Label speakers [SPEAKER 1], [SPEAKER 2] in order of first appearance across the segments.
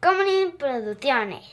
[SPEAKER 1] Comedy Producciones.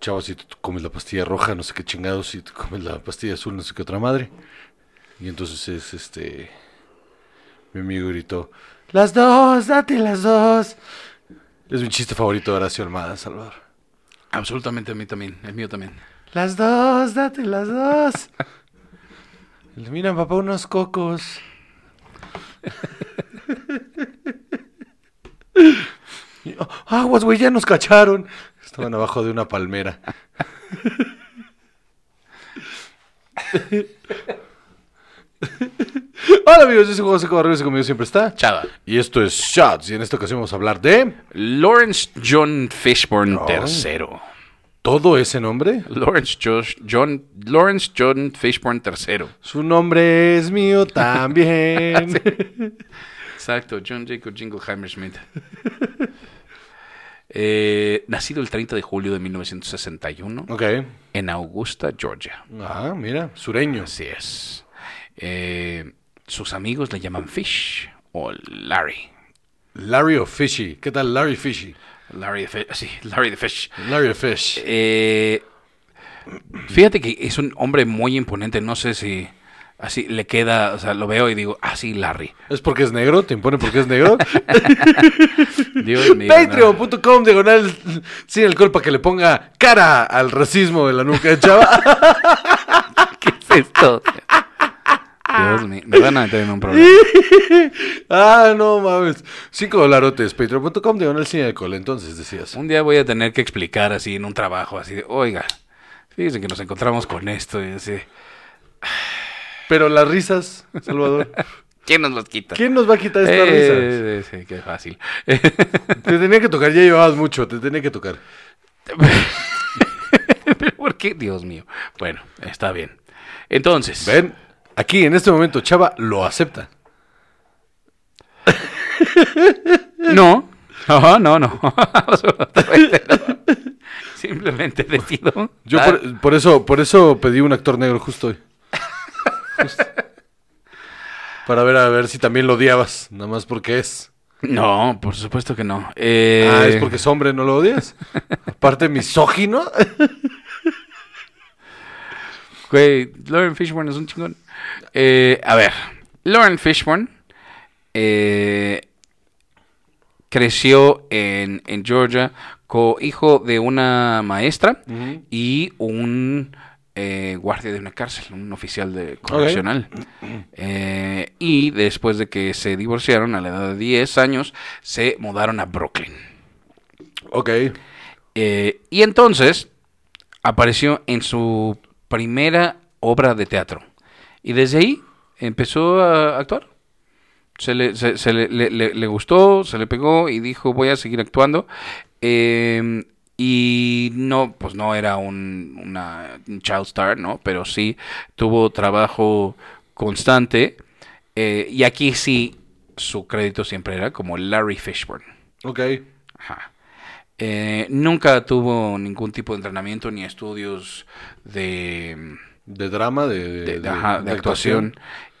[SPEAKER 2] Chava, si tú comes la pastilla roja, no sé qué chingados, si tú comes la pastilla azul, no sé qué otra madre. Y entonces es este. Mi amigo gritó: ¡Las dos! ¡Date las dos! Es mi chiste favorito de Horacio Almada, Salvador.
[SPEAKER 3] Absolutamente a mí también, el mío también.
[SPEAKER 2] ¡Las dos! ¡Date las dos! Mira, papá, unos cocos. Y, "Ah, Aguas, güey, ya nos cacharon. Estaban abajo de una palmera. Hola amigos, yo soy José Cabarrubia y conmigo siempre está.
[SPEAKER 3] Chava.
[SPEAKER 2] Y esto es Shots, y en esta ocasión vamos a hablar de...
[SPEAKER 3] Lawrence John Fishburne
[SPEAKER 2] Oh.
[SPEAKER 3] III.
[SPEAKER 2] ¿Todo ese nombre?
[SPEAKER 3] Lawrence Josh- John, Lawrence John Fishburne III.
[SPEAKER 2] Su nombre es mío también.
[SPEAKER 3] Exacto, John Jacob Jingle Hammersmith. Eh, nacido el 30 de julio de 1961
[SPEAKER 2] Ok.
[SPEAKER 3] en Augusta, Georgia.
[SPEAKER 2] Ah, mira, sureño.
[SPEAKER 3] Así es. Eh, sus amigos le llaman Fish o Larry.
[SPEAKER 2] Larry o Fishy. ¿Qué tal Larry Fishy?
[SPEAKER 3] Larry the Fish. Sí, Larry the Fish.
[SPEAKER 2] Larry o Fish.
[SPEAKER 3] Eh, fíjate que es un hombre muy imponente. No sé si así le queda, o sea, lo veo y digo, ah, sí, Larry.
[SPEAKER 2] ¿Es porque es negro? ¿Te imponen porque es negro?
[SPEAKER 3] Dios mío, no.
[SPEAKER 2] Patreon.com diagonal sin alcohol para que le ponga cara al racismo de la nuca de Chava.
[SPEAKER 3] ¿Qué es esto? Dios mío, me van a meter en un problema.
[SPEAKER 2] ah, no mames. Cinco dolarotes. Patreon.com diagonal sin alcohol. Entonces decías.
[SPEAKER 3] Un día voy a tener que explicar así en un trabajo, así de, oiga, fíjense que nos encontramos con esto y así.
[SPEAKER 2] Pero las risas, Salvador.
[SPEAKER 3] ¿Quién nos los quita?
[SPEAKER 2] ¿Quién nos va a quitar estas risas?
[SPEAKER 3] Eh, sí, sí, qué fácil.
[SPEAKER 2] Te tenía que tocar, ya llevabas mucho, te tenía que tocar.
[SPEAKER 3] Pero ¿por qué? Dios mío. Bueno, está bien. Entonces,
[SPEAKER 2] Ven, aquí en este momento Chava lo acepta.
[SPEAKER 3] No. No, no, no. Absolutamente no. Simplemente decido.
[SPEAKER 2] Yo
[SPEAKER 3] dar-
[SPEAKER 2] por, por eso, por eso pedí un actor negro justo hoy. Justo. Para ver a ver si también lo odiabas, nada más porque es.
[SPEAKER 3] No, por supuesto que no. Eh,
[SPEAKER 2] Ah, es porque es hombre, no lo odias. Aparte misógino.
[SPEAKER 3] Güey, Lauren Fishburne es un chingón. Eh, a ver, Lauren Fishburne eh, creció en, en Georgia co hijo de una maestra y un eh, guardia de una cárcel, un oficial de correccional. Eh, y después de que se divorciaron a la edad de 10 años, se mudaron a Brooklyn.
[SPEAKER 2] Ok.
[SPEAKER 3] Eh, y entonces apareció en su primera obra de teatro. Y desde ahí empezó a actuar. Se le, se- se le- le- le- le gustó, se le pegó y dijo voy a seguir actuando. Eh, y no, pues no era un, una un child star, ¿no? Pero sí tuvo trabajo constante. Eh, y aquí sí, su crédito siempre era como Larry Fishburne.
[SPEAKER 2] Ok.
[SPEAKER 3] Ajá. Eh, nunca tuvo ningún tipo de entrenamiento ni estudios de,
[SPEAKER 2] De drama, de,
[SPEAKER 3] de- de- ajá, de actuación.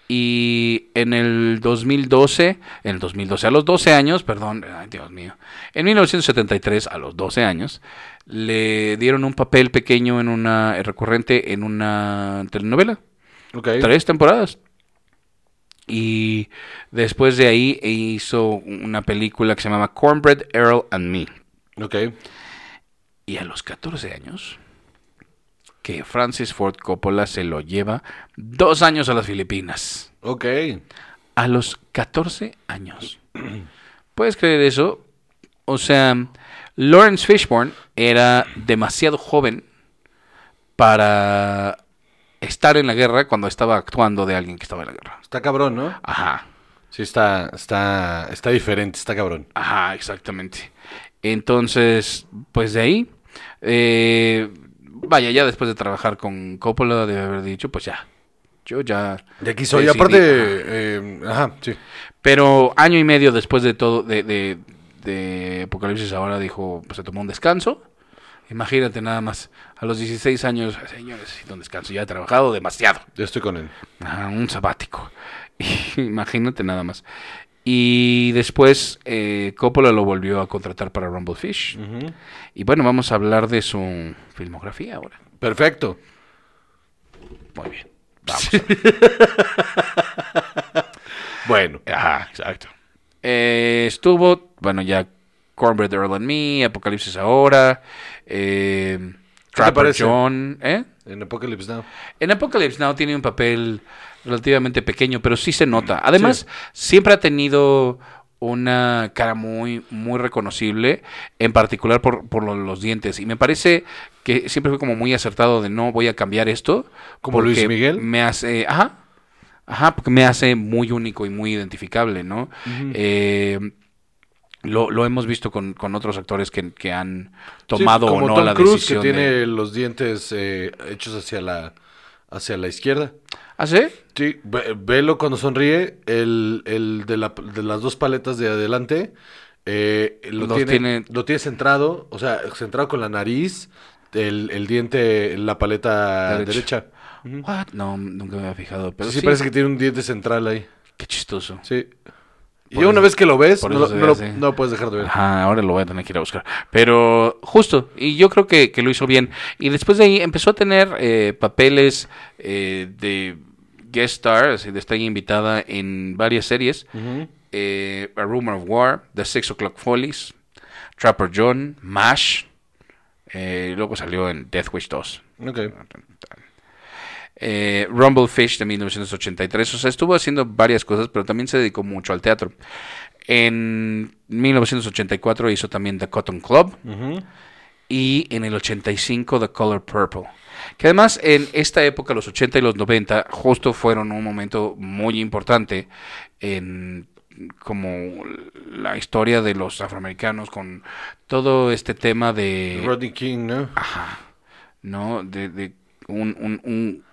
[SPEAKER 3] Y en el 2012, en el 2012, a los 12 años, perdón, ay, Dios mío, en 1973, a los 12 años, le dieron un papel pequeño en una eh, recurrente en una telenovela
[SPEAKER 2] Ok.
[SPEAKER 3] tres temporadas. Y después de ahí hizo una película que se llamaba Cornbread, Earl and Me.
[SPEAKER 2] Ok.
[SPEAKER 3] Y a los 14 años, que Francis Ford Coppola se lo lleva dos años a las Filipinas.
[SPEAKER 2] Ok.
[SPEAKER 3] A los 14 años. ¿Puedes creer eso? O sea, Lawrence Fishburne era demasiado joven para estar en la guerra cuando estaba actuando de alguien que estaba en la guerra.
[SPEAKER 2] Está cabrón, ¿no?
[SPEAKER 3] Ajá.
[SPEAKER 2] Sí, está, está, está diferente, está cabrón.
[SPEAKER 3] Ajá, exactamente. Entonces, pues de ahí, eh, vaya, ya después de trabajar con Coppola, de haber dicho, pues ya, yo ya...
[SPEAKER 2] De aquí soy.
[SPEAKER 3] decidí,
[SPEAKER 2] Aparte,
[SPEAKER 3] ajá.
[SPEAKER 2] eh, ajá, sí.
[SPEAKER 3] Pero año y medio después de todo, de, de- de Apocalipsis ahora dijo, pues se tomó un descanso. Imagínate nada más, a los 16 años, señores, necesito un descanso, ya he trabajado demasiado.
[SPEAKER 2] Yo estoy con él.
[SPEAKER 3] Ajá, un sabático. Imagínate nada más. Y después eh, Coppola lo volvió a contratar para Rumble Fish. Y bueno, vamos a hablar de su filmografía ahora.
[SPEAKER 2] Perfecto.
[SPEAKER 3] Muy bien. Vamos.
[SPEAKER 2] Bueno.
[SPEAKER 3] Ajá, exacto. Eh, estuvo, bueno, ya Cornbread Earl and Me, Apocalipsis Ahora, eh, Trapper
[SPEAKER 2] parece?
[SPEAKER 3] John, ¿eh?
[SPEAKER 2] En Apocalypse Now.
[SPEAKER 3] En Apocalypse Now tiene un papel relativamente pequeño, pero sí se nota. Además, siempre ha tenido una cara muy, muy reconocible, en particular por, por lo- los dientes. Y me parece que siempre fue como muy acertado de no voy a cambiar esto.
[SPEAKER 2] ¿Como Luis
[SPEAKER 3] porque
[SPEAKER 2] Miguel?
[SPEAKER 3] Me hace. Ajá. Ajá, porque me hace muy único y muy identificable, ¿no? Eh, lo, lo hemos visto con, con otros actores que, que han tomado
[SPEAKER 2] Sí,
[SPEAKER 3] o
[SPEAKER 2] como
[SPEAKER 3] no
[SPEAKER 2] Tom
[SPEAKER 3] la
[SPEAKER 2] Cruise,
[SPEAKER 3] decisión.
[SPEAKER 2] que tiene
[SPEAKER 3] de-
[SPEAKER 2] los dientes eh, hechos hacia la, hacia la izquierda.
[SPEAKER 3] ¿Ah, sí?
[SPEAKER 2] Sí, ve- velo cuando sonríe, el, el de, la- de las dos paletas de adelante, eh, lo,
[SPEAKER 3] Los
[SPEAKER 2] tiene,
[SPEAKER 3] tiene-
[SPEAKER 2] lo tiene centrado, o sea, centrado con la nariz, el, el diente, la paleta
[SPEAKER 3] Derecho.
[SPEAKER 2] derecha.
[SPEAKER 3] What? No, nunca me había fijado. Pero
[SPEAKER 2] Sí,
[SPEAKER 3] sí,
[SPEAKER 2] sí, parece que tiene un diente central ahí,
[SPEAKER 3] Qué chistoso.
[SPEAKER 2] sí. Y
[SPEAKER 3] Por
[SPEAKER 2] ya una
[SPEAKER 3] eso-
[SPEAKER 2] vez que lo ves, no,
[SPEAKER 3] por
[SPEAKER 2] lo-
[SPEAKER 3] eso se
[SPEAKER 2] no
[SPEAKER 3] ve
[SPEAKER 2] lo-
[SPEAKER 3] así.
[SPEAKER 2] no lo puedes dejar de ver.
[SPEAKER 3] Ajá, ahora lo voy a tener que ir a buscar. Pero justo, y yo creo que, que lo hizo bien. Y después de ahí empezó a tener eh, papeles eh, de guest star, así de estar invitada en varias series.
[SPEAKER 2] Ujú.
[SPEAKER 3] Eh, a Rumor of War, The Six O'Clock Follies, Trapper John, MASH. eh, y luego salió en Death Wish 2.
[SPEAKER 2] Ok.
[SPEAKER 3] eh, Rumble Fish de 1983. O sea, estuvo haciendo varias cosas, pero también se dedicó mucho al teatro. En 1984 hizo también The Cotton Club
[SPEAKER 2] Ujú.
[SPEAKER 3] y en el 85 The Color Purple. Que además en esta época, los 80 y los 90, justo fueron un momento muy importante en como la historia de los afroamericanos con todo este tema de...
[SPEAKER 2] Rodney King, ¿no?
[SPEAKER 3] ¿no? De, de un, un- un-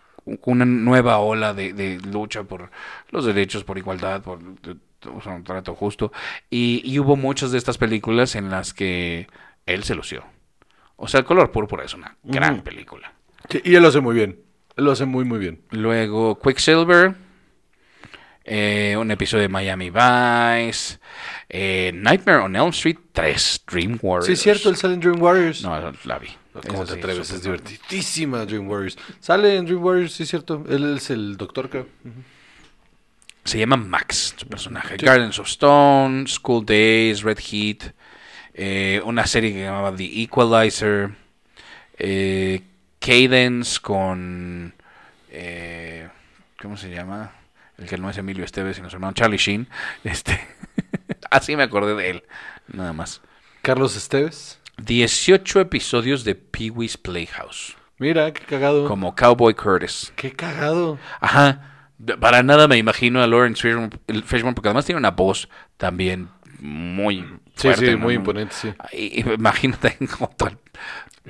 [SPEAKER 3] una nueva ola de, de lucha por los derechos, por igualdad, por de- o sea, un trato justo. Y, y hubo muchas de estas películas en las que él se lució. O sea, El color púrpura es una gran
[SPEAKER 2] Ujú.
[SPEAKER 3] película.
[SPEAKER 2] Sí, y él lo hace muy bien. Él lo hace muy, muy bien.
[SPEAKER 3] Luego Quicksilver, eh, un episodio de Miami Vice, eh, Nightmare on Elm Street 3, Dream Warriors.
[SPEAKER 2] Sí, es cierto, él sale en Dream Warriors.
[SPEAKER 3] No, la vi.
[SPEAKER 2] ¿Cómo
[SPEAKER 3] Esa
[SPEAKER 2] te
[SPEAKER 3] sí,
[SPEAKER 2] atreves?
[SPEAKER 3] súper
[SPEAKER 2] Es divertidísima Dream Warriors. Sale en Dream Warriors, sí es cierto. Él es el doctor, creo.
[SPEAKER 3] Se llama Max, su personaje.
[SPEAKER 2] Sí.
[SPEAKER 3] Gardens of Stone, School Days, Red Heat. eh, una serie que llamaba The Equalizer. eh, Cadence con. eh, ¿Cómo se llama? El que no es Emilio Esteves, sino su hermano Charlie Sheen. Este, así me acordé de él. Nada más.
[SPEAKER 2] Carlos Esteves.
[SPEAKER 3] 18 episodios de Pee Wee's Playhouse.
[SPEAKER 2] Mira, qué cagado.
[SPEAKER 3] Como Cowboy Curtis.
[SPEAKER 2] Qué cagado.
[SPEAKER 3] Ajá. De- Para nada me imagino a Lawrence Fishburne, el Fishburne, porque además tiene una voz también muy
[SPEAKER 2] Sí,
[SPEAKER 3] fuerte.
[SPEAKER 2] sí,
[SPEAKER 3] ¿no?
[SPEAKER 2] muy imponente, sí.
[SPEAKER 3] Ay, imagínate con todo el-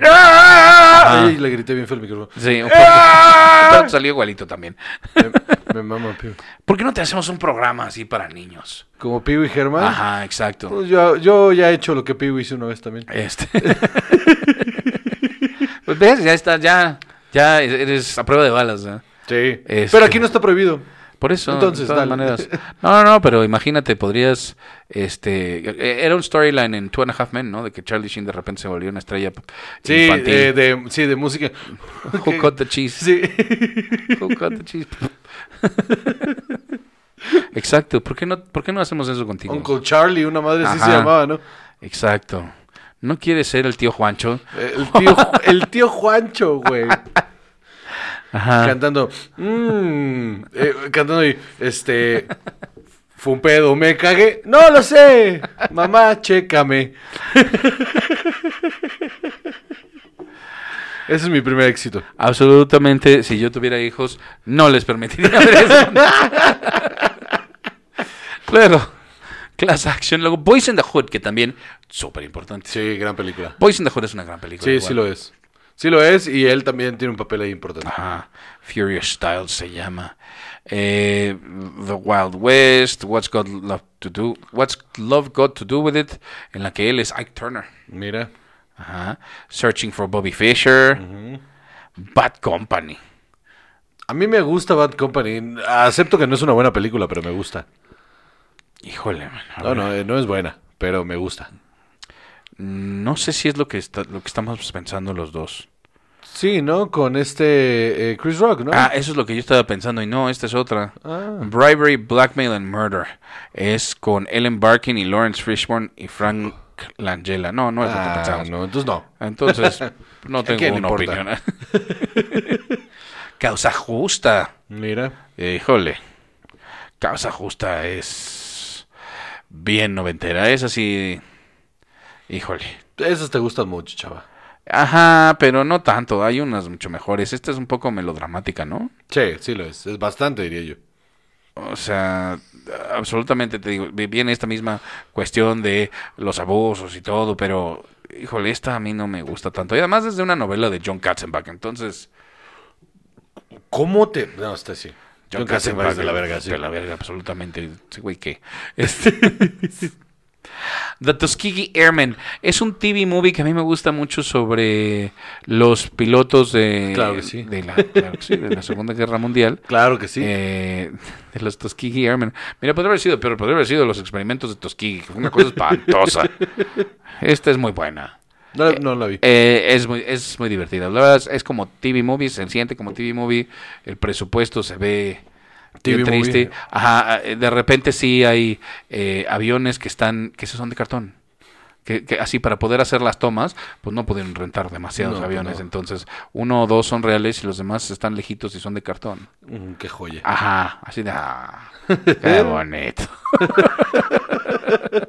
[SPEAKER 3] Ah.
[SPEAKER 2] Ay, le grité bien feo el micrófono.
[SPEAKER 3] Sí, un
[SPEAKER 2] ¡Ah!
[SPEAKER 3] poco. Salió igualito también.
[SPEAKER 2] Me, me mama Piwi.
[SPEAKER 3] ¿Por qué no te hacemos un programa así para niños?
[SPEAKER 2] Como Piwi Germán.
[SPEAKER 3] Ajá, exacto.
[SPEAKER 2] ¿Ah? Pues yo, yo ya he hecho lo que Piwi hizo una vez también.
[SPEAKER 3] Este. Pues ves, ya está, ya, ya eres a prueba de balas, ¿no?
[SPEAKER 2] Sí.
[SPEAKER 3] Este-
[SPEAKER 2] Pero aquí no está prohibido.
[SPEAKER 3] Por eso,
[SPEAKER 2] Entonces,
[SPEAKER 3] de
[SPEAKER 2] dale.
[SPEAKER 3] todas maneras. No, no, no, pero imagínate, podrías, este, eh, era un storyline en Two and a Half Men, ¿no? De que Charlie Sheen de repente se volvió una estrella
[SPEAKER 2] Sí,
[SPEAKER 3] infantil.
[SPEAKER 2] eh, de, sí, de música.
[SPEAKER 3] Who cut the cheese?
[SPEAKER 2] Sí.
[SPEAKER 3] Who cut the cheese? Exacto. ¿Por qué no, por qué no hacemos eso contigo?
[SPEAKER 2] Uncle Charlie, una madre así se
[SPEAKER 3] Ajá.
[SPEAKER 2] llamaba, ¿no?
[SPEAKER 3] Exacto. ¿No quieres ser el tío Juancho?
[SPEAKER 2] El tío, el tío Juancho, güey.
[SPEAKER 3] Ajá.
[SPEAKER 2] cantando mm, eh, cantando y este fue un pedo me cagué no lo sé mamá chécame ese es mi primer éxito
[SPEAKER 3] Absolutamente, si yo tuviera hijos, no les permitiría ver eso. Luego, Class Action, luego Boys in the Hood, que también súper importante.
[SPEAKER 2] Sí, gran película.
[SPEAKER 3] Boys in the Hood es una gran película.
[SPEAKER 2] Sí,
[SPEAKER 3] igual.
[SPEAKER 2] sí lo es. Sí lo es y él también tiene un papel ahí importante.
[SPEAKER 3] Ajá. Furious Styles se llama. Eh, the Wild West, What's God Love to Do, What's Love Got to Do with It, en la que él es Ike Turner.
[SPEAKER 2] Mira.
[SPEAKER 3] Ajá. Searching for Bobby Fischer, Bad Company.
[SPEAKER 2] A mí me gusta Bad Company. Acepto que no es una buena película, pero me gusta.
[SPEAKER 3] Híjole, man, a
[SPEAKER 2] No,
[SPEAKER 3] ver.
[SPEAKER 2] no, eh, no es buena, pero me gusta.
[SPEAKER 3] No sé si es lo que está, lo que estamos pensando los dos.
[SPEAKER 2] Sí, ¿no? Con este eh, Chris Rock, ¿no?
[SPEAKER 3] Ah, eso es lo que yo estaba pensando y no, esta es otra.
[SPEAKER 2] Ah.
[SPEAKER 3] Bribery, Blackmail and Murder. Es con Ellen Barkin y Lawrence Fishburne y Frank Langella. No, no es lo que
[SPEAKER 2] Ah,
[SPEAKER 3] pensamos.
[SPEAKER 2] no, entonces no.
[SPEAKER 3] Entonces, no tengo
[SPEAKER 2] quién le
[SPEAKER 3] una
[SPEAKER 2] importa?
[SPEAKER 3] opinión. Causa justa.
[SPEAKER 2] Mira.
[SPEAKER 3] Híjole. Causa justa es bien noventera. Es así. Híjole.
[SPEAKER 2] Esas te gustan mucho, chava.
[SPEAKER 3] Ajá, pero no tanto. Hay unas mucho mejores. Esta es un poco melodramática, ¿no?
[SPEAKER 2] Sí, sí lo es. Es bastante, diría yo.
[SPEAKER 3] O sea, absolutamente te digo, vi- viene esta misma cuestión de los abusos y todo, pero híjole, esta a mí no me gusta tanto. Y además es de una novela de John Katzenbach, entonces
[SPEAKER 2] ¿Cómo te...? No, este está así. John Katzenbach es de la verga, sí.
[SPEAKER 3] De la verga, absolutamente. Ese güey que. Este... The Tuskegee Airmen es un TV movie que a mí me gusta mucho sobre los pilotos de,
[SPEAKER 2] Claro que sí.
[SPEAKER 3] de, la, claro que sí, de la Segunda Guerra Mundial.
[SPEAKER 2] Claro que sí.
[SPEAKER 3] Eh, de los Tuskegee Airmen. Mira, podría haber sido, pero podría haber sido los experimentos de Tuskegee, que fue una cosa espantosa. Esta es muy buena.
[SPEAKER 2] no, la- no la vi.
[SPEAKER 3] Eh, es, muy, es muy divertida. La verdad es, es como TV Movie, se siente como TV Movie. El presupuesto se ve
[SPEAKER 2] TV
[SPEAKER 3] bien triste.
[SPEAKER 2] movie.
[SPEAKER 3] Ajá, eh, de repente sí hay eh, aviones que están, que esos son de cartón. Que, que así para poder hacer las tomas, pues no pudieron rentar demasiados
[SPEAKER 2] No,
[SPEAKER 3] aviones.
[SPEAKER 2] no.
[SPEAKER 3] Entonces, uno o dos son reales y los demás están lejitos y son de cartón.
[SPEAKER 2] Mm, qué joya.
[SPEAKER 3] Ajá, así de. ah, qué bonito.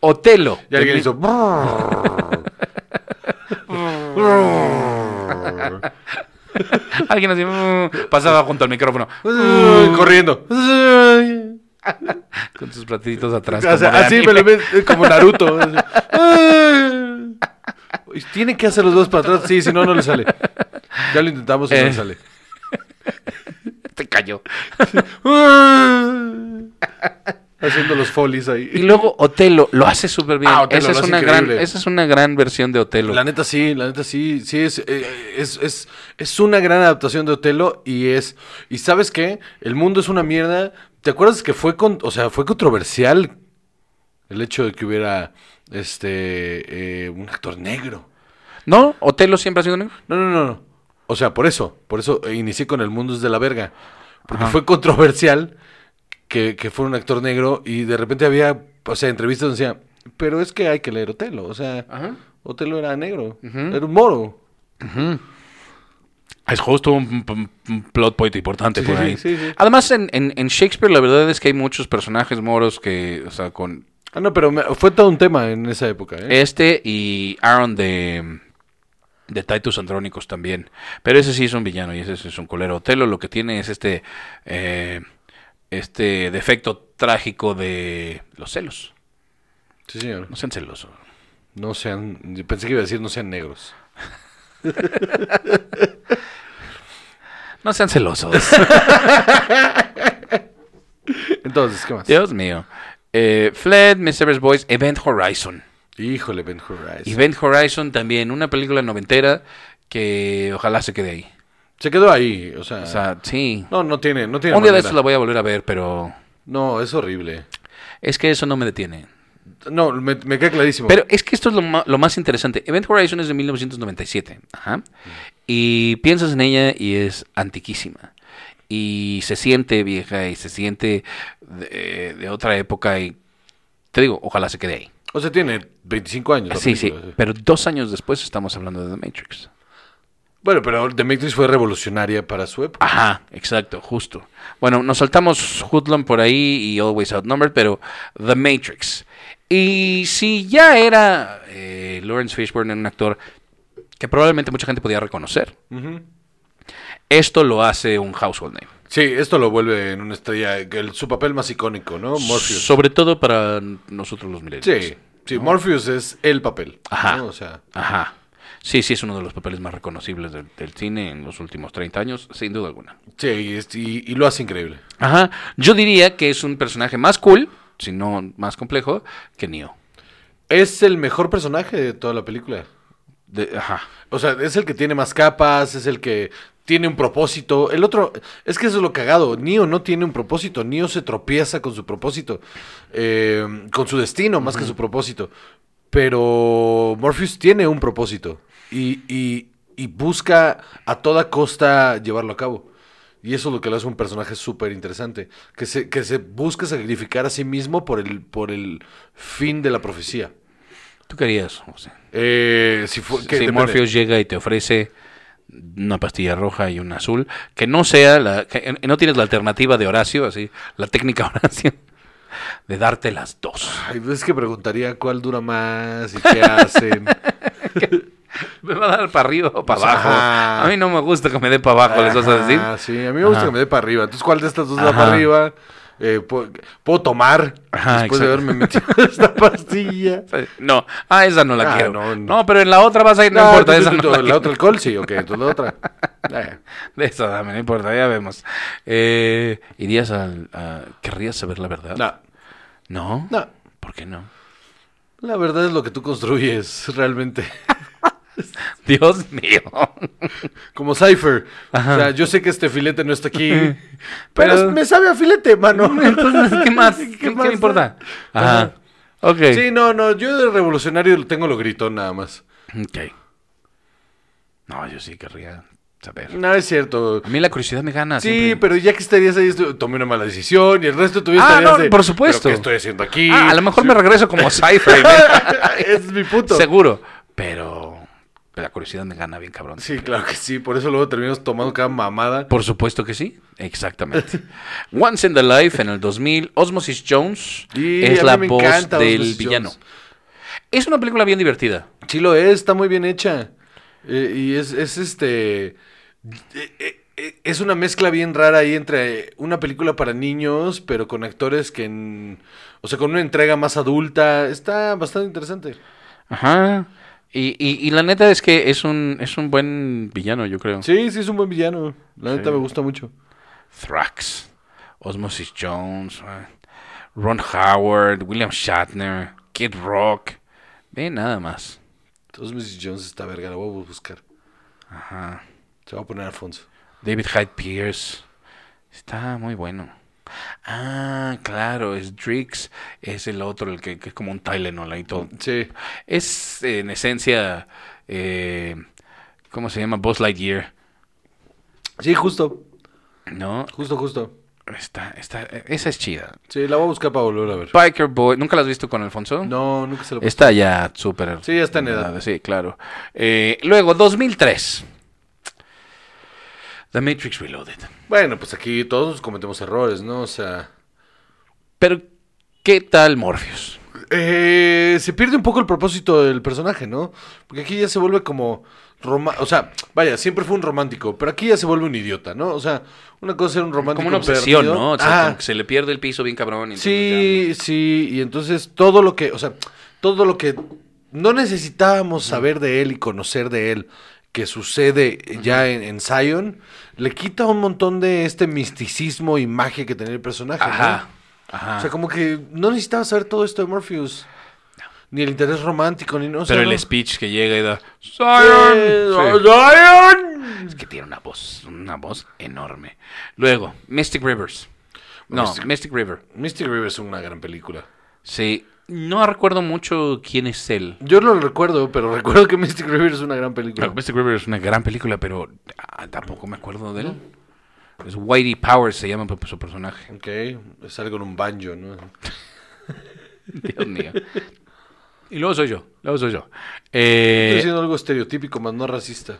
[SPEAKER 3] Otelo.
[SPEAKER 2] y alguien
[SPEAKER 3] de
[SPEAKER 2] hizo...
[SPEAKER 3] mil- Alguien así mm, pasaba junto al micrófono
[SPEAKER 2] Corriendo.
[SPEAKER 3] con sus platitos atrás.
[SPEAKER 2] O sea,
[SPEAKER 3] como de
[SPEAKER 2] así me
[SPEAKER 3] anime.
[SPEAKER 2] lo ves eh, como Naruto. así. Y Tienen que hacer los dos para atrás. Sí, si no, no le sale. Ya lo intentamos y no
[SPEAKER 3] Eh.
[SPEAKER 2] le sale.
[SPEAKER 3] Te cayó.
[SPEAKER 2] Haciendo los folies
[SPEAKER 3] Y
[SPEAKER 2] ahí.
[SPEAKER 3] luego Otelo lo hace súper bien.
[SPEAKER 2] Ah, Otelo
[SPEAKER 3] esa,
[SPEAKER 2] lo
[SPEAKER 3] es
[SPEAKER 2] hace
[SPEAKER 3] una gran,
[SPEAKER 2] increíble.
[SPEAKER 3] esa es una gran versión de Otelo.
[SPEAKER 2] La neta sí, la neta sí, sí es, eh, es, es, es una gran adaptación de Otelo y es, y sabes qué, el mundo es una mierda. ¿Te acuerdas que fue con, o sea, fue controversial el hecho de que hubiera este eh, un actor negro?
[SPEAKER 3] No, Otelo siempre ha sido negro.
[SPEAKER 2] No, no, no, no. O sea, por eso, por eso eh, inicié con El Mundo es de la verga. Porque
[SPEAKER 3] Ajá.
[SPEAKER 2] fue controversial que, que fuera un actor negro y de repente había, o sea, entrevistas donde decía, pero es que hay que leer Otelo. O sea,
[SPEAKER 3] Ajá.
[SPEAKER 2] Otelo era negro,
[SPEAKER 3] Ujú.
[SPEAKER 2] era un moro.
[SPEAKER 3] Es justo un, un- un plot point importante
[SPEAKER 2] Sí,
[SPEAKER 3] por
[SPEAKER 2] sí,
[SPEAKER 3] ahí.
[SPEAKER 2] sí, sí.
[SPEAKER 3] Además, en, en- en Shakespeare la verdad es que hay muchos personajes moros que, o sea, con
[SPEAKER 2] Ah, no, pero me- fue todo un tema en esa época, ¿eh?
[SPEAKER 3] Este y Aaron de, de Titus Andrónicos también. Pero ese sí es un villano y ese sí es un colero. Otelo lo que tiene es este, eh, este defecto trágico de los celos.
[SPEAKER 2] Sí, señor.
[SPEAKER 3] No sean celosos.
[SPEAKER 2] No sean, pensé que iba a decir no sean negros.
[SPEAKER 3] No sean celosos.
[SPEAKER 2] Entonces, ¿qué más?
[SPEAKER 3] Dios mío. Eh, Fled, Mysterious Boys, Event Horizon.
[SPEAKER 2] Híjole, Ben Horizon.
[SPEAKER 3] Event Horizon también, una película noventera que ojalá se quede ahí.
[SPEAKER 2] Se quedó ahí, o sea,
[SPEAKER 3] O sea, sí.
[SPEAKER 2] no, no tiene, no tiene
[SPEAKER 3] Un día de
[SPEAKER 2] manera.
[SPEAKER 3] estos la voy a volver a ver, pero
[SPEAKER 2] No, es horrible.
[SPEAKER 3] es que eso no me detiene.
[SPEAKER 2] No, me, me queda clarísimo.
[SPEAKER 3] Pero es que esto es lo, ma- lo más interesante. Event Horizon es de 1997. Ajá. Y piensas en ella y es antiquísima. Y se siente vieja y se siente de, de otra época. Y te digo, ojalá se quede ahí.
[SPEAKER 2] O sea, tiene 25 años. la
[SPEAKER 3] Sí, sí.
[SPEAKER 2] película,
[SPEAKER 3] Pero dos años después estamos hablando de The Matrix.
[SPEAKER 2] Bueno, pero The Matrix fue revolucionaria para su época.
[SPEAKER 3] Ajá, exacto, justo. Bueno, nos saltamos Hoodlum por ahí y Always Outnumbered, pero The Matrix. Y si ya era eh, Lawrence Fishburne un actor que probablemente mucha gente podía reconocer,
[SPEAKER 2] Ujú.
[SPEAKER 3] esto lo hace un household name.
[SPEAKER 2] Sí, esto lo vuelve en una estrella, que el- su papel más icónico, ¿no? Morpheus.
[SPEAKER 3] Sobre todo para nosotros los millennials.
[SPEAKER 2] Oh, sí, sí, Morpheus es el papel.
[SPEAKER 3] Ajá.
[SPEAKER 2] ¿no? O sea,
[SPEAKER 3] Ajá. Sí, sí, es uno de los papeles más reconocibles del, del cine en los últimos 30 años, sin duda alguna.
[SPEAKER 2] sí, y, es- y- y lo hace increíble.
[SPEAKER 3] Ajá. Yo diría que es un personaje más cool, si no más complejo, que Neo.
[SPEAKER 2] Es el mejor personaje de toda la película.
[SPEAKER 3] De- ajá.
[SPEAKER 2] O sea, es el que tiene más capas, es el que tiene un propósito. El otro, es que eso es lo cagado. Neo no tiene un propósito. Neo se tropieza con su propósito, eh, con su destino más que su propósito. Pero Morpheus tiene un propósito y, y- y busca a toda costa llevarlo a cabo. Y eso es lo que lo hace un personaje súper interesante. Que se, que se busca sacrificar a sí mismo por el, por el fin de la profecía.
[SPEAKER 3] ¿Tú querías? O sea,
[SPEAKER 2] Eh, si fue, que
[SPEAKER 3] si
[SPEAKER 2] depende.
[SPEAKER 3] Morpheus llega y te ofrece una pastilla roja y una azul, que no sea la. que eh, no tienes la alternativa de Horacio, así, la técnica Horacio, de darte las dos.
[SPEAKER 2] Ay, pues es que preguntaría cuál dura más y qué hacen.
[SPEAKER 3] Me va a dar para arriba o para abajo.
[SPEAKER 2] Ajá.
[SPEAKER 3] A mí no me gusta que me dé para abajo, les vas a decir.
[SPEAKER 2] Ah, sí, a mí me gusta
[SPEAKER 3] Ajá.
[SPEAKER 2] que me dé para arriba. Entonces, ¿cuál de estas dos da
[SPEAKER 3] Ajá.
[SPEAKER 2] para arriba? Eh, ¿puedo, puedo tomar
[SPEAKER 3] Ajá,
[SPEAKER 2] después de
[SPEAKER 3] exacto.
[SPEAKER 2] haberme metido esta pastilla?
[SPEAKER 3] No, ah, esa no la
[SPEAKER 2] Ah,
[SPEAKER 3] quiero.
[SPEAKER 2] no,
[SPEAKER 3] No,
[SPEAKER 2] no.
[SPEAKER 3] pero en la otra vas a ir, no,
[SPEAKER 2] Ah,
[SPEAKER 3] importa,
[SPEAKER 2] tú,
[SPEAKER 3] esa
[SPEAKER 2] tú,
[SPEAKER 3] no
[SPEAKER 2] tú,
[SPEAKER 3] la
[SPEAKER 2] la,
[SPEAKER 3] quiero.
[SPEAKER 2] otra alcohol, sí, ok, entonces la otra. Eh,
[SPEAKER 3] De esa dame, no importa, ya vemos. Eh, ¿Irías al- a, ¿Querrías saber la verdad?
[SPEAKER 2] no,
[SPEAKER 3] ¿No?
[SPEAKER 2] no.
[SPEAKER 3] ¿Por qué no?
[SPEAKER 2] La verdad es lo que tú construyes realmente.
[SPEAKER 3] Dios mío.
[SPEAKER 2] Como Cypher. O sea, yo sé que este filete no está aquí. pero,
[SPEAKER 3] Pero-
[SPEAKER 2] me sabe a filete, mano.
[SPEAKER 3] Entonces, ¿qué más? ¿Qué, qué
[SPEAKER 2] más
[SPEAKER 3] me importa?
[SPEAKER 2] da?
[SPEAKER 3] Ajá. Ok.
[SPEAKER 2] Sí, no, no, yo de revolucionario tengo lo gritón nada más.
[SPEAKER 3] Ok. No, yo sí querría saber.
[SPEAKER 2] No, es cierto.
[SPEAKER 3] A mí la curiosidad me gana.
[SPEAKER 2] Sí,
[SPEAKER 3] Ah, siempre.
[SPEAKER 2] pero ya que estarías ahí, estu- tomé una mala decisión y el resto tuviste
[SPEAKER 3] Ah, no, por supuesto.
[SPEAKER 2] ¿Qué estoy haciendo aquí?
[SPEAKER 3] Ah, a lo mejor me regreso como Cypher. y me-
[SPEAKER 2] es mi punto.
[SPEAKER 3] Seguro. Pero la curiosidad me gana bien, cabrón.
[SPEAKER 2] Sí, claro que sí. Por eso luego terminamos tomando cada mamada.
[SPEAKER 3] Por supuesto que sí, exactamente. Once in the Life en el 2000, Osmosis Jones
[SPEAKER 2] Y a
[SPEAKER 3] es
[SPEAKER 2] mí
[SPEAKER 3] la
[SPEAKER 2] me
[SPEAKER 3] voz
[SPEAKER 2] encanta
[SPEAKER 3] del
[SPEAKER 2] Osmosis
[SPEAKER 3] villano.
[SPEAKER 2] Jones.
[SPEAKER 3] Es una película bien divertida.
[SPEAKER 2] Sí lo es, está muy bien hecha. Eh, y es, es este... eh, eh, eh, Es una mezcla bien rara ahí entre una película para niños, pero con actores que... en- o sea, con una entrega más adulta. Está bastante interesante.
[SPEAKER 3] Ajá. Y, y- y la neta es que es un, es un buen villano, yo creo.
[SPEAKER 2] Sí, sí, es un buen villano. La neta
[SPEAKER 3] Sí.
[SPEAKER 2] me gusta mucho.
[SPEAKER 3] Thrax, Osmosis Jones, eh, Ron Howard, William Shatner, Kid Rock. Ve nada más.
[SPEAKER 2] Entonces Mrs. Jones está verga, la voy a buscar.
[SPEAKER 3] Ajá.
[SPEAKER 2] Se va a poner Alfonso.
[SPEAKER 3] David Hyde Pierce. Está muy bueno. Ah, claro, es Drix. Es el otro, el que, que es como un Tylenol ahí todo.
[SPEAKER 2] Sí.
[SPEAKER 3] Es en esencia. eh, ¿Cómo se llama? Buzz Lightyear.
[SPEAKER 2] Sí, justo.
[SPEAKER 3] No,
[SPEAKER 2] Justo, justo.
[SPEAKER 3] está, está, esa es chida.
[SPEAKER 2] Sí, la voy a buscar para volver a ver.
[SPEAKER 3] Biker Boy. ¿Nunca la has visto con Alfonso?
[SPEAKER 2] No, nunca se la
[SPEAKER 3] Está ya súper.
[SPEAKER 2] Sí, ya está en edad.
[SPEAKER 3] Sí, claro. Eh, luego, 2003. The Matrix Reloaded.
[SPEAKER 2] Bueno, pues aquí todos cometemos errores, ¿no? O sea.
[SPEAKER 3] Pero, ¿qué tal Morpheus?
[SPEAKER 2] eh, se pierde un poco el propósito del personaje, ¿no? Porque aquí ya se vuelve como. Roma o sea, vaya, siempre fue un romántico, pero aquí ya se vuelve un idiota, ¿no? O sea, una cosa era un romántico. Ah,
[SPEAKER 3] como una obsesión,
[SPEAKER 2] perdido.
[SPEAKER 3] ¿no? O sea,
[SPEAKER 2] Ajá.
[SPEAKER 3] como que se le pierde el piso bien cabrón. y entonces
[SPEAKER 2] Sí, sí, y entonces todo lo que, o sea, todo lo que no necesitábamos saber de él y conocer de él, que sucede ya en, en Zion, le quita un montón de este misticismo y magia que tenía el personaje.
[SPEAKER 3] ya-
[SPEAKER 2] ¿no?
[SPEAKER 3] Ajá. Ajá.
[SPEAKER 2] O sea, como que no necesitaba saber todo esto de Morpheus. Ni el interés romántico, ni no. o sea,
[SPEAKER 3] Pero
[SPEAKER 2] no.
[SPEAKER 3] el speech que llega y da.
[SPEAKER 2] Eh,
[SPEAKER 3] ¡Zion! Sí.
[SPEAKER 2] ¡Zion!
[SPEAKER 3] Es que tiene una voz, una voz enorme. Luego, Mystic Rivers. No,
[SPEAKER 2] Mystic-
[SPEAKER 3] Mystic River.
[SPEAKER 2] Mystic River es una gran película.
[SPEAKER 3] Sí. No recuerdo mucho quién es él.
[SPEAKER 2] Yo no lo recuerdo, pero recuerdo que Mystic River es una gran película.
[SPEAKER 3] Bueno, Mystic River es una gran película, pero ah, tampoco me acuerdo de él. Es Whitey Powers, se llama su personaje.
[SPEAKER 2] Ok, es algo en un banjo, ¿no?
[SPEAKER 3] Dios mío. Y luego soy yo, luego soy yo. Eh,
[SPEAKER 2] Estoy diciendo algo estereotípico, más no racista.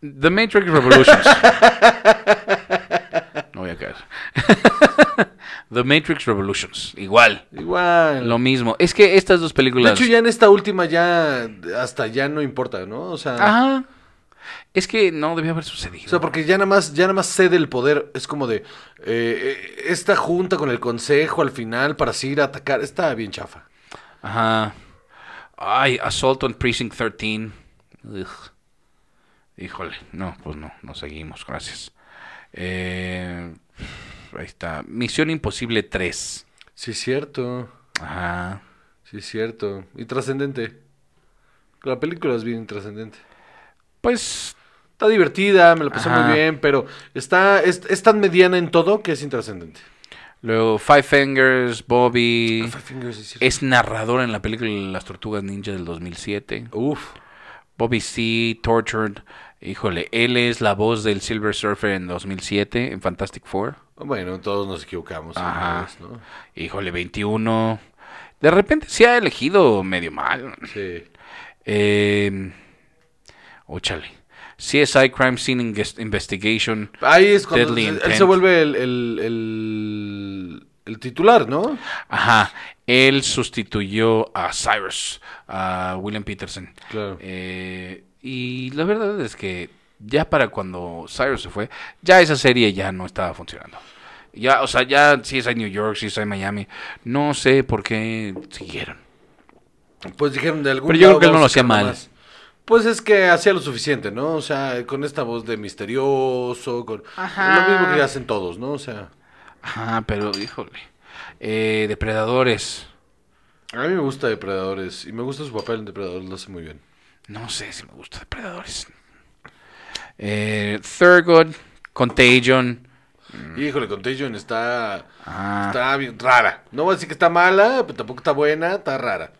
[SPEAKER 3] The Matrix Revolutions. No voy a caer. The Matrix Revolutions. Igual.
[SPEAKER 2] Igual.
[SPEAKER 3] Lo mismo. Es que estas dos
[SPEAKER 2] de
[SPEAKER 3] películas.
[SPEAKER 2] hecho, ya en esta última ya hasta ya no importa, ¿no? O sea,
[SPEAKER 3] Ajá. Es que no debió haber sucedido.
[SPEAKER 2] O sea, porque ya nada más, ya nada más cede el poder. Es como de eh, esta junta con el consejo al final para sí ir a atacar. Está bien chafa.
[SPEAKER 3] Ajá. Ay, Assault on Precinct 13. Ugh. Híjole, no, pues no, no seguimos, gracias. Eh, ahí está. Misión Imposible 3.
[SPEAKER 2] Sí, es cierto.
[SPEAKER 3] Ajá.
[SPEAKER 2] Sí, es cierto. Y trascendente. La película es bien intrascendente.
[SPEAKER 3] Pues,
[SPEAKER 2] Está divertida, me la pasé
[SPEAKER 3] Ajá.
[SPEAKER 2] muy bien, pero está, es, es tan mediana en todo que es intrascendente.
[SPEAKER 3] luego Five Fingers, Bobby.
[SPEAKER 2] Five Fingers, sí, es cierto.
[SPEAKER 3] Mm. Es narrador en la película Las Tortugas Ninja del 2007.
[SPEAKER 2] Uf.
[SPEAKER 3] Bobby C. Tortured. Híjole, él es la voz del Silver Surfer en 2007, en Fantastic Four.
[SPEAKER 2] Bueno, todos nos equivocamos.
[SPEAKER 3] Ajá.
[SPEAKER 2] alguna vez, ¿no?
[SPEAKER 3] Híjole, 21. De repente sí ha elegido medio mal.
[SPEAKER 2] Sí.
[SPEAKER 3] Eh, óchale. CSI Crime Scene Inges- Investigation.
[SPEAKER 2] Ahí es cuando
[SPEAKER 3] Deadly
[SPEAKER 2] él
[SPEAKER 3] Intent.
[SPEAKER 2] se vuelve el, el, el- el titular, ¿no?
[SPEAKER 3] Ajá. Él sustituyó a Cyrus, a William Peterson.
[SPEAKER 2] Claro.
[SPEAKER 3] Eh, y la verdad es que ya para cuando Cyrus se fue, ya esa serie ya no estaba funcionando. Ya, o sea, ya si es en New York, si es en Miami, no sé por qué siguieron.
[SPEAKER 2] Pues dijeron de algún
[SPEAKER 3] Pero yo creo
[SPEAKER 2] lado
[SPEAKER 3] que él no lo
[SPEAKER 2] vamos a
[SPEAKER 3] hacía
[SPEAKER 2] sacar
[SPEAKER 3] mal.
[SPEAKER 2] más. Pues es que hacía lo suficiente, ¿no? O sea, con esta voz de misterioso, con
[SPEAKER 3] Ajá.
[SPEAKER 2] lo mismo que hacen todos, ¿no? O sea,
[SPEAKER 3] Ajá, pero híjole. Eh, depredadores.
[SPEAKER 2] a mí me gusta Depredadores y me gusta su papel en Depredadores, lo hace muy bien.
[SPEAKER 3] No sé si me gusta depredadores. Eh, Thurgood, Contagion.
[SPEAKER 2] Híjole, Contagion está,
[SPEAKER 3] Mm. Ajá.
[SPEAKER 2] está bien rara. No voy a decir que está mala, pero tampoco está buena, está rara.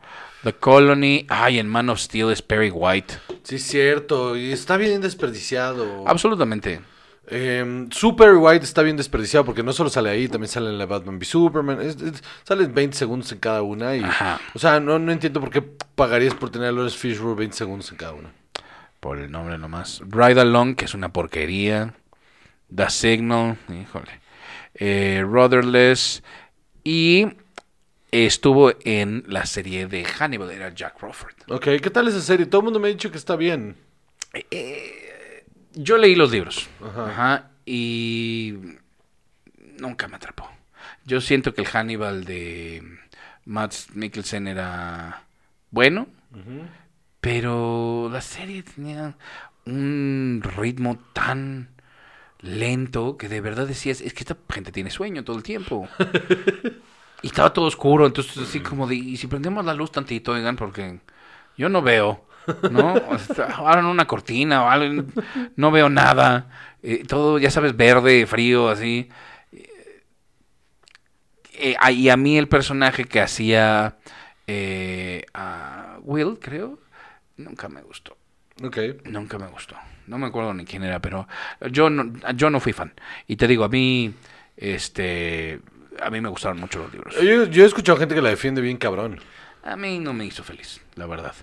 [SPEAKER 3] The Colony. Ay, en Man of Steel es Perry White.
[SPEAKER 2] Sí, es cierto, y está bien desperdiciado.
[SPEAKER 3] Absolutamente.
[SPEAKER 2] Eh, Super White está bien desperdiciado porque no solo sale ahí, también sale en la Batman v Superman. Es- es- salen 20 segundos en cada una. Y,
[SPEAKER 3] Ajá.
[SPEAKER 2] o sea, no, no entiendo por qué pagarías por tener a Lawrence Fishburne 20 segundos en cada una.
[SPEAKER 3] Por el nombre nomás. Ride Along, que es una porquería. The Signal. Híjole. Eh, Rudderless. Y estuvo en la serie de Hannibal. Era Jack Crawford.
[SPEAKER 2] Ok, ¿qué tal esa serie? Todo el mundo me ha dicho que está bien.
[SPEAKER 3] Yo leí los libros.
[SPEAKER 2] Ajá.
[SPEAKER 3] Ajá, y nunca me atrapó. Yo siento que el Hannibal de Matt Mikkelsen era bueno, pero la serie tenía un ritmo tan lento que de verdad decías, es que esta gente tiene sueño todo el tiempo. y estaba todo oscuro, entonces así como de, y si prendemos la luz tantito, oigan, porque yo no veo, ¿no? O sea, Abran una cortina o algo, no veo nada. Eh, todo, ya sabes, verde, frío, así. Eh, a- y a mí el personaje que hacía eh, a Will, creo, nunca me gustó.
[SPEAKER 2] Ok.
[SPEAKER 3] Nunca me gustó. No me acuerdo ni quién era, pero yo no, yo no fui fan. Y te digo, a mí, este, a mí me gustaron mucho los libros.
[SPEAKER 2] Yo, yo he escuchado gente que la defiende bien cabrón.
[SPEAKER 3] A mí no me hizo feliz, la verdad.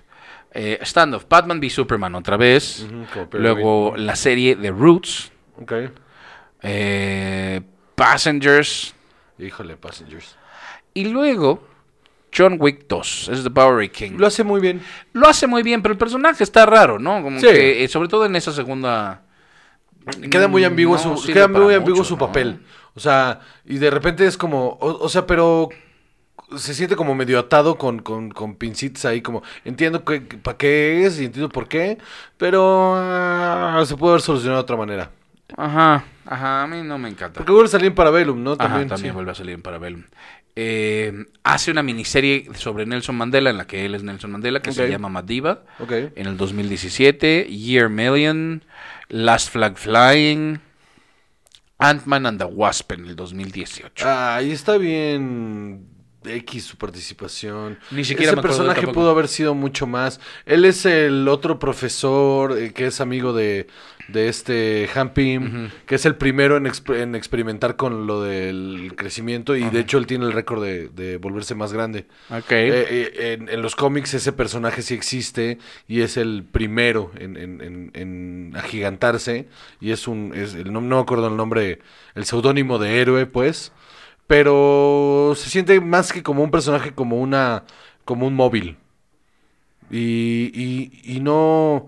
[SPEAKER 3] Eh, Stand-off, Batman v Superman otra vez.
[SPEAKER 2] Ujú, como Perry
[SPEAKER 3] Luego la serie de Roots.
[SPEAKER 2] Ok.
[SPEAKER 3] eh, Passengers.
[SPEAKER 2] Híjole, Passengers.
[SPEAKER 3] Y luego John Wick 2. Es The Bowery King.
[SPEAKER 2] Lo
[SPEAKER 3] Lo,
[SPEAKER 2] hace muy bien.
[SPEAKER 3] hace muy bien, pero el personaje está raro, ¿no? Como
[SPEAKER 2] Sí.
[SPEAKER 3] que, eh, sobre todo en esa segunda.
[SPEAKER 2] Queda muy
[SPEAKER 3] Mm,
[SPEAKER 2] ambiguo
[SPEAKER 3] no
[SPEAKER 2] su,
[SPEAKER 3] sirve
[SPEAKER 2] queda
[SPEAKER 3] para
[SPEAKER 2] muy ambiguo
[SPEAKER 3] mucho,
[SPEAKER 2] su
[SPEAKER 3] ¿no?
[SPEAKER 2] papel. O sea, y de repente es como, o, o sea, pero se siente como medio atado con, con, con pincitas ahí, como entiendo que, para qué es y entiendo por qué, pero ah, se puede haber solucionado de otra manera.
[SPEAKER 3] Ajá, ajá, a mí no me encanta.
[SPEAKER 2] Porque vuelve a salir en Parabellum, ¿no?
[SPEAKER 3] Ajá,
[SPEAKER 2] También,
[SPEAKER 3] también
[SPEAKER 2] sí.
[SPEAKER 3] vuelve a salir en Parabellum. Eh, hace una miniserie sobre Nelson Mandela, en la que él es Nelson Mandela, que
[SPEAKER 2] Ok.
[SPEAKER 3] se llama Madiba.
[SPEAKER 2] Ok.
[SPEAKER 3] En el 2017, Year Million, Last Flag Flying, Ant-Man and the Wasp en el 2018.
[SPEAKER 2] Ahí Ah, está bien X su participación.
[SPEAKER 3] Ni siquiera
[SPEAKER 2] Ese
[SPEAKER 3] me acuerdo de él
[SPEAKER 2] personaje
[SPEAKER 3] tampoco.
[SPEAKER 2] pudo haber sido mucho más. Él es el otro profesor eh, que es amigo de, de este Han Pym, que es el primero en, exp- en experimentar con lo del crecimiento y de hecho él tiene el récord de, de volverse más grande. Eh,
[SPEAKER 3] Ok.
[SPEAKER 2] eh, en, en los cómics ese personaje sí existe y es el primero en, en- en- en agigantarse y es un, es el, no, no me acuerdo el nombre, el seudónimo de héroe pues, pero se siente más que como un personaje, como una, como un móvil. Y, y, y no,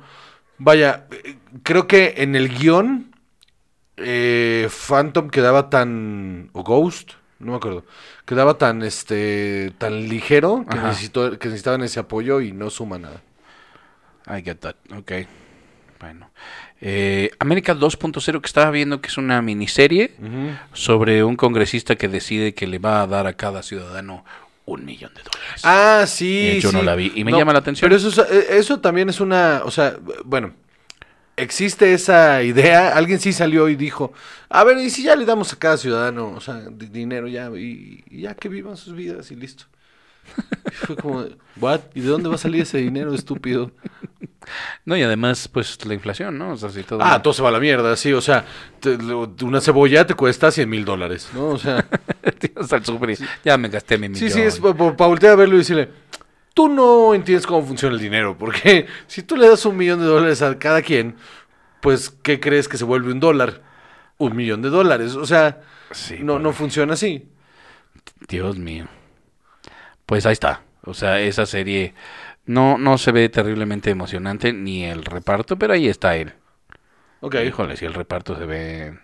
[SPEAKER 2] Vaya, eh, creo que en el guión eh, Phantom quedaba tan... o Ghost, no me acuerdo. Quedaba tan, este, tan ligero que,
[SPEAKER 3] Ajá.
[SPEAKER 2] necesitó, que necesitaban ese apoyo y no suma nada.
[SPEAKER 3] I get that. Ok. Bueno. Eh, América 2.0, que estaba viendo que es una miniserie sobre un congresista que decide que le va a dar a cada ciudadano un millón de dólares.
[SPEAKER 2] Ah, sí.
[SPEAKER 3] Eh, yo no
[SPEAKER 2] sí.
[SPEAKER 3] la vi. Y me llama la atención.
[SPEAKER 2] Pero eso, es- eh, eso también es una. O sea, bueno. Existe esa idea. Alguien sí salió y dijo: A ver, ¿y si ya le damos a cada ciudadano, o sea, di- dinero ya, y, y ya que vivan sus vidas y listo? Y fue como: ¿What? ¿Y de dónde va a salir ese dinero, estúpido?
[SPEAKER 3] No, y además, pues la inflación, ¿no? O sea, si todo.
[SPEAKER 2] Ah, todo se va a la mierda, sí. O sea, te- lo- una cebolla te cuesta 100 mil dólares, ¿no? O sea,
[SPEAKER 3] O sea, el súper y- Ya me gasté mi
[SPEAKER 2] sí,
[SPEAKER 3] millón.
[SPEAKER 2] sí, es para voltear a verlo y decirle: Tú no entiendes cómo funciona el dinero, porque si tú le das un millón de dólares a cada quien, pues, ¿qué crees que se vuelve un dólar? Un millón de dólares. O sea,
[SPEAKER 3] Sí, pues.
[SPEAKER 2] no, no funciona así.
[SPEAKER 3] Dios mío. Pues ahí está. O sea, esa serie no, no se ve terriblemente emocionante ni el reparto, pero ahí está él.
[SPEAKER 2] Ok.
[SPEAKER 3] Híjole, si el reparto se ve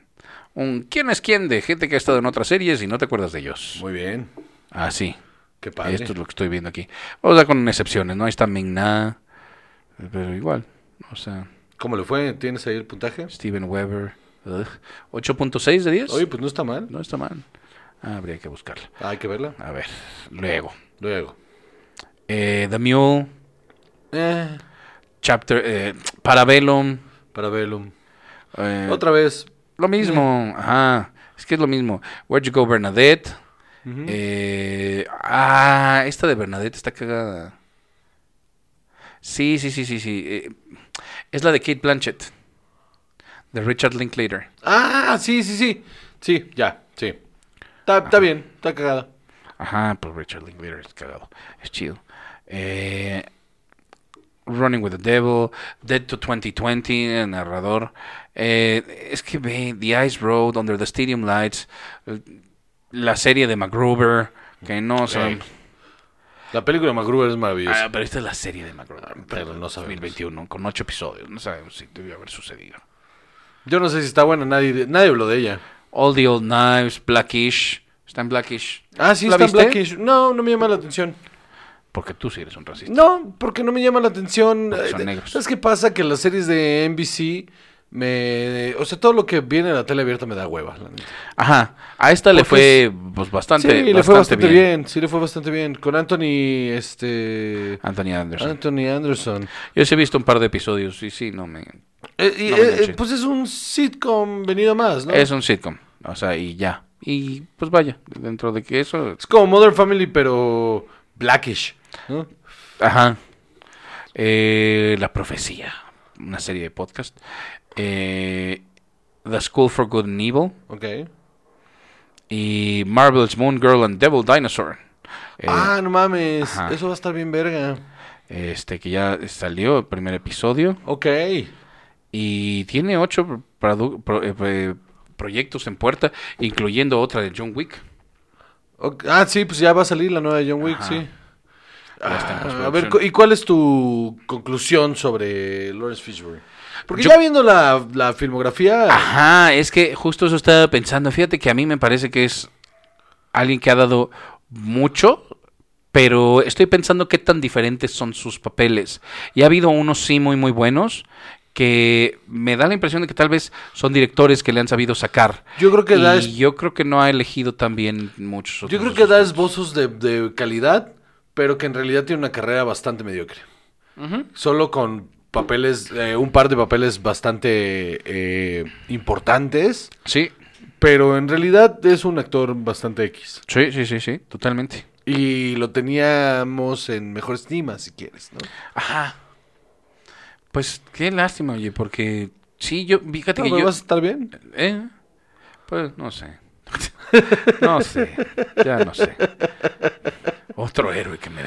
[SPEAKER 3] un quién es quién de gente que ha estado en otras series y no te acuerdas de ellos.
[SPEAKER 2] Muy bien.
[SPEAKER 3] Ah, sí.
[SPEAKER 2] Qué padre.
[SPEAKER 3] Esto es lo que estoy viendo aquí. O sea, con excepciones, ¿no? Ahí está Ming Na, pero igual. O sea,
[SPEAKER 2] ¿Cómo le fue? ¿Tienes ahí el puntaje?
[SPEAKER 3] Steven Weber. ugh. 8.6 de 10.
[SPEAKER 2] Oye, pues no está mal.
[SPEAKER 3] No está mal. Ah, habría que buscarla.
[SPEAKER 2] Hay que verla.
[SPEAKER 3] A ver, luego.
[SPEAKER 2] Luego.
[SPEAKER 3] Eh, The Mule,
[SPEAKER 2] Eh,
[SPEAKER 3] Chapter, eh, Parabellum.
[SPEAKER 2] para verlo.
[SPEAKER 3] eh,
[SPEAKER 2] Otra vez.
[SPEAKER 3] Lo mismo, ajá. Es que es lo mismo. Where'd You Go, Bernadette?
[SPEAKER 2] Ujú.
[SPEAKER 3] Eh, ah, esta de Bernadette está cagada. Sí, sí, sí, sí, sí. eh, es la de Kate Blanchett. De Richard Linklater.
[SPEAKER 2] Ah, sí, sí, sí. Sí, ya, sí. Está, está bien, está cagada.
[SPEAKER 3] Ajá, pues Richard Linklater es cagado. Es chido. Eh, Running with the Devil, Dead to 2020, el narrador. Eh, es que ve The Ice Road, Under the Stadium Lights, eh, la serie de MacGruber, que no
[SPEAKER 2] Ey,
[SPEAKER 3] son...
[SPEAKER 2] La película de MacGruber Eh, es maravillosa.
[SPEAKER 3] Ah, pero esta es la serie de MacGruber.
[SPEAKER 2] pero
[SPEAKER 3] pero
[SPEAKER 2] no
[SPEAKER 3] no
[SPEAKER 2] sabemos.
[SPEAKER 3] 2021, con ocho episodios. No sabemos si debió haber sucedido.
[SPEAKER 2] Yo no sé si está buena, nadie, nadie habló de ella.
[SPEAKER 3] All the Old Knives, Blackish. Está en Blackish.
[SPEAKER 2] Ah, sí,
[SPEAKER 3] ¿La
[SPEAKER 2] está en
[SPEAKER 3] viste?
[SPEAKER 2] Blackish. No, no me llama la atención.
[SPEAKER 3] Porque tú sí eres un racista.
[SPEAKER 2] No, porque no me llama la atención.
[SPEAKER 3] Porque son
[SPEAKER 2] Eh,
[SPEAKER 3] negros.
[SPEAKER 2] ¿Sabes qué pasa? Que las series de NBC me... O sea, todo lo que viene a la tele abierta me da hueva. la neta.
[SPEAKER 3] Ajá. A esta le
[SPEAKER 2] Porque
[SPEAKER 3] fue pues, bastante,
[SPEAKER 2] sí, le fue
[SPEAKER 3] bastante bien.
[SPEAKER 2] Sí, le fue bastante bien. Con Anthony, este...
[SPEAKER 3] Anthony Anderson.
[SPEAKER 2] Anthony Anderson.
[SPEAKER 3] Yo sí he visto un par de episodios y sí, no me...
[SPEAKER 2] Eh, y,
[SPEAKER 3] No me
[SPEAKER 2] eh,
[SPEAKER 3] enganché.
[SPEAKER 2] pues es un sitcom venido más, ¿no?
[SPEAKER 3] Es un sitcom. O sea, y ya. Y pues vaya, dentro de que eso...
[SPEAKER 2] Es como Modern Family, pero blackish, ¿no?
[SPEAKER 3] Ajá. Eh, La Profecía. Una serie de podcast. Eh, The School for Good and Evil.
[SPEAKER 2] Ok.
[SPEAKER 3] Y Marvelous Moon Girl and Devil Dinosaur. Eh,
[SPEAKER 2] ah, no mames.
[SPEAKER 3] ajá.
[SPEAKER 2] Eso va a estar bien verga.
[SPEAKER 3] Este que ya salió el primer episodio.
[SPEAKER 2] Ok.
[SPEAKER 3] Y tiene ocho produ- pro- eh, eh, proyectos en puerta, incluyendo otra de John Wick.
[SPEAKER 2] Ok, Ah, sí, pues ya va a salir la nueva de John Wick,
[SPEAKER 3] Ajá.
[SPEAKER 2] sí.
[SPEAKER 3] Ya está en
[SPEAKER 2] Ah, a
[SPEAKER 3] postproducción.
[SPEAKER 2] ver, cu- ¿y cuál es tu conclusión sobre Lawrence Fishburne? Porque
[SPEAKER 3] Yo- Ah,
[SPEAKER 2] ya viendo la, la filmografía,
[SPEAKER 3] Ajá, es que justo eso estaba pensando. Fíjate que a mí me parece que es alguien que ha dado mucho, pero estoy pensando qué tan diferentes son sus papeles. Y ha habido unos sí muy muy buenos que me da la impresión de que tal vez son directores que le han sabido sacar.
[SPEAKER 2] yo creo que da, es-
[SPEAKER 3] Y yo creo que no ha elegido también muchos.
[SPEAKER 2] yo creo
[SPEAKER 3] otros de
[SPEAKER 2] que
[SPEAKER 3] sus
[SPEAKER 2] da
[SPEAKER 3] films.
[SPEAKER 2] esbozos de, de calidad, pero que en realidad tiene una carrera bastante mediocre.
[SPEAKER 3] Ujú.
[SPEAKER 2] Solo con papeles, eh, un par de papeles bastante eh, importantes,
[SPEAKER 3] Sí,
[SPEAKER 2] pero en realidad es un actor bastante X.
[SPEAKER 3] sí, sí, sí, sí, totalmente.
[SPEAKER 2] Y lo teníamos en mejor estima, si quieres, ¿no?
[SPEAKER 3] Ajá. Pues qué lástima, oye, porque sí, yo, fíjate
[SPEAKER 2] No,
[SPEAKER 3] que
[SPEAKER 2] pero
[SPEAKER 3] yo...
[SPEAKER 2] vas a estar bien?
[SPEAKER 3] ¿Eh? Pues no sé. No sé. Ya no sé. Otro héroe que me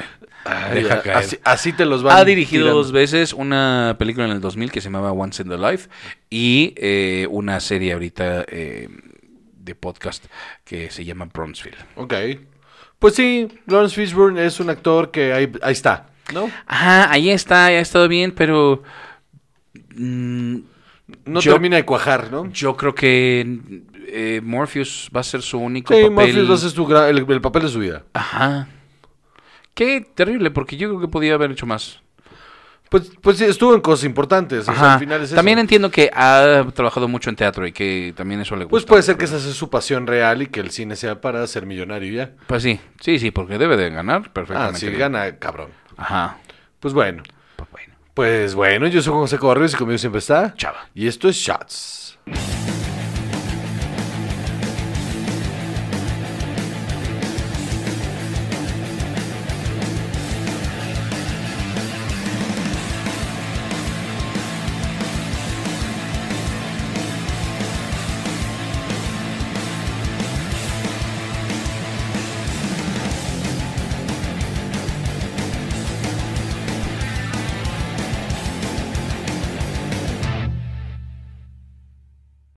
[SPEAKER 3] deja
[SPEAKER 2] Ay,
[SPEAKER 3] caer.
[SPEAKER 2] Así, así te los van
[SPEAKER 3] Ha dirigido
[SPEAKER 2] tirando.
[SPEAKER 3] dos veces una película en el 2000 que se llamaba Once in the Life y eh, una serie ahorita eh, de podcast que se llama Bronzeville.
[SPEAKER 2] Ok. Pues sí, Lawrence Fishburne es un actor que ahí, ahí está, ¿no?
[SPEAKER 3] Ajá, ahí está, ya ha estado bien, pero mm,
[SPEAKER 2] No
[SPEAKER 3] Yo-
[SPEAKER 2] termina de cuajar, ¿no?
[SPEAKER 3] yo creo que eh, Morpheus va a ser su único
[SPEAKER 2] Sí,
[SPEAKER 3] papel.
[SPEAKER 2] Morpheus es su gran- el, el papel de su vida.
[SPEAKER 3] Ajá. Qué terrible, porque yo creo que podía haber hecho más.
[SPEAKER 2] Pues, pues sí, estuvo en cosas importantes. o sea,
[SPEAKER 3] Ajá.
[SPEAKER 2] al final es eso.
[SPEAKER 3] también entiendo que ha trabajado mucho en teatro y que también eso le gusta.
[SPEAKER 2] Pues puede ser que esa sea su pasión real y que el cine sea para ser millonario y ya.
[SPEAKER 3] Pues sí, sí, sí, porque debe de ganar
[SPEAKER 2] Ah,
[SPEAKER 3] perfectamente.
[SPEAKER 2] si
[SPEAKER 3] bien.
[SPEAKER 2] gana, cabrón.
[SPEAKER 3] Ajá.
[SPEAKER 2] Pues bueno.
[SPEAKER 3] Pues bueno.
[SPEAKER 2] Pues bueno, yo soy José Cobarrios y conmigo siempre está
[SPEAKER 3] Chava.
[SPEAKER 2] Y esto es Shots.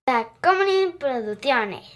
[SPEAKER 1] Tacomunin Producciones.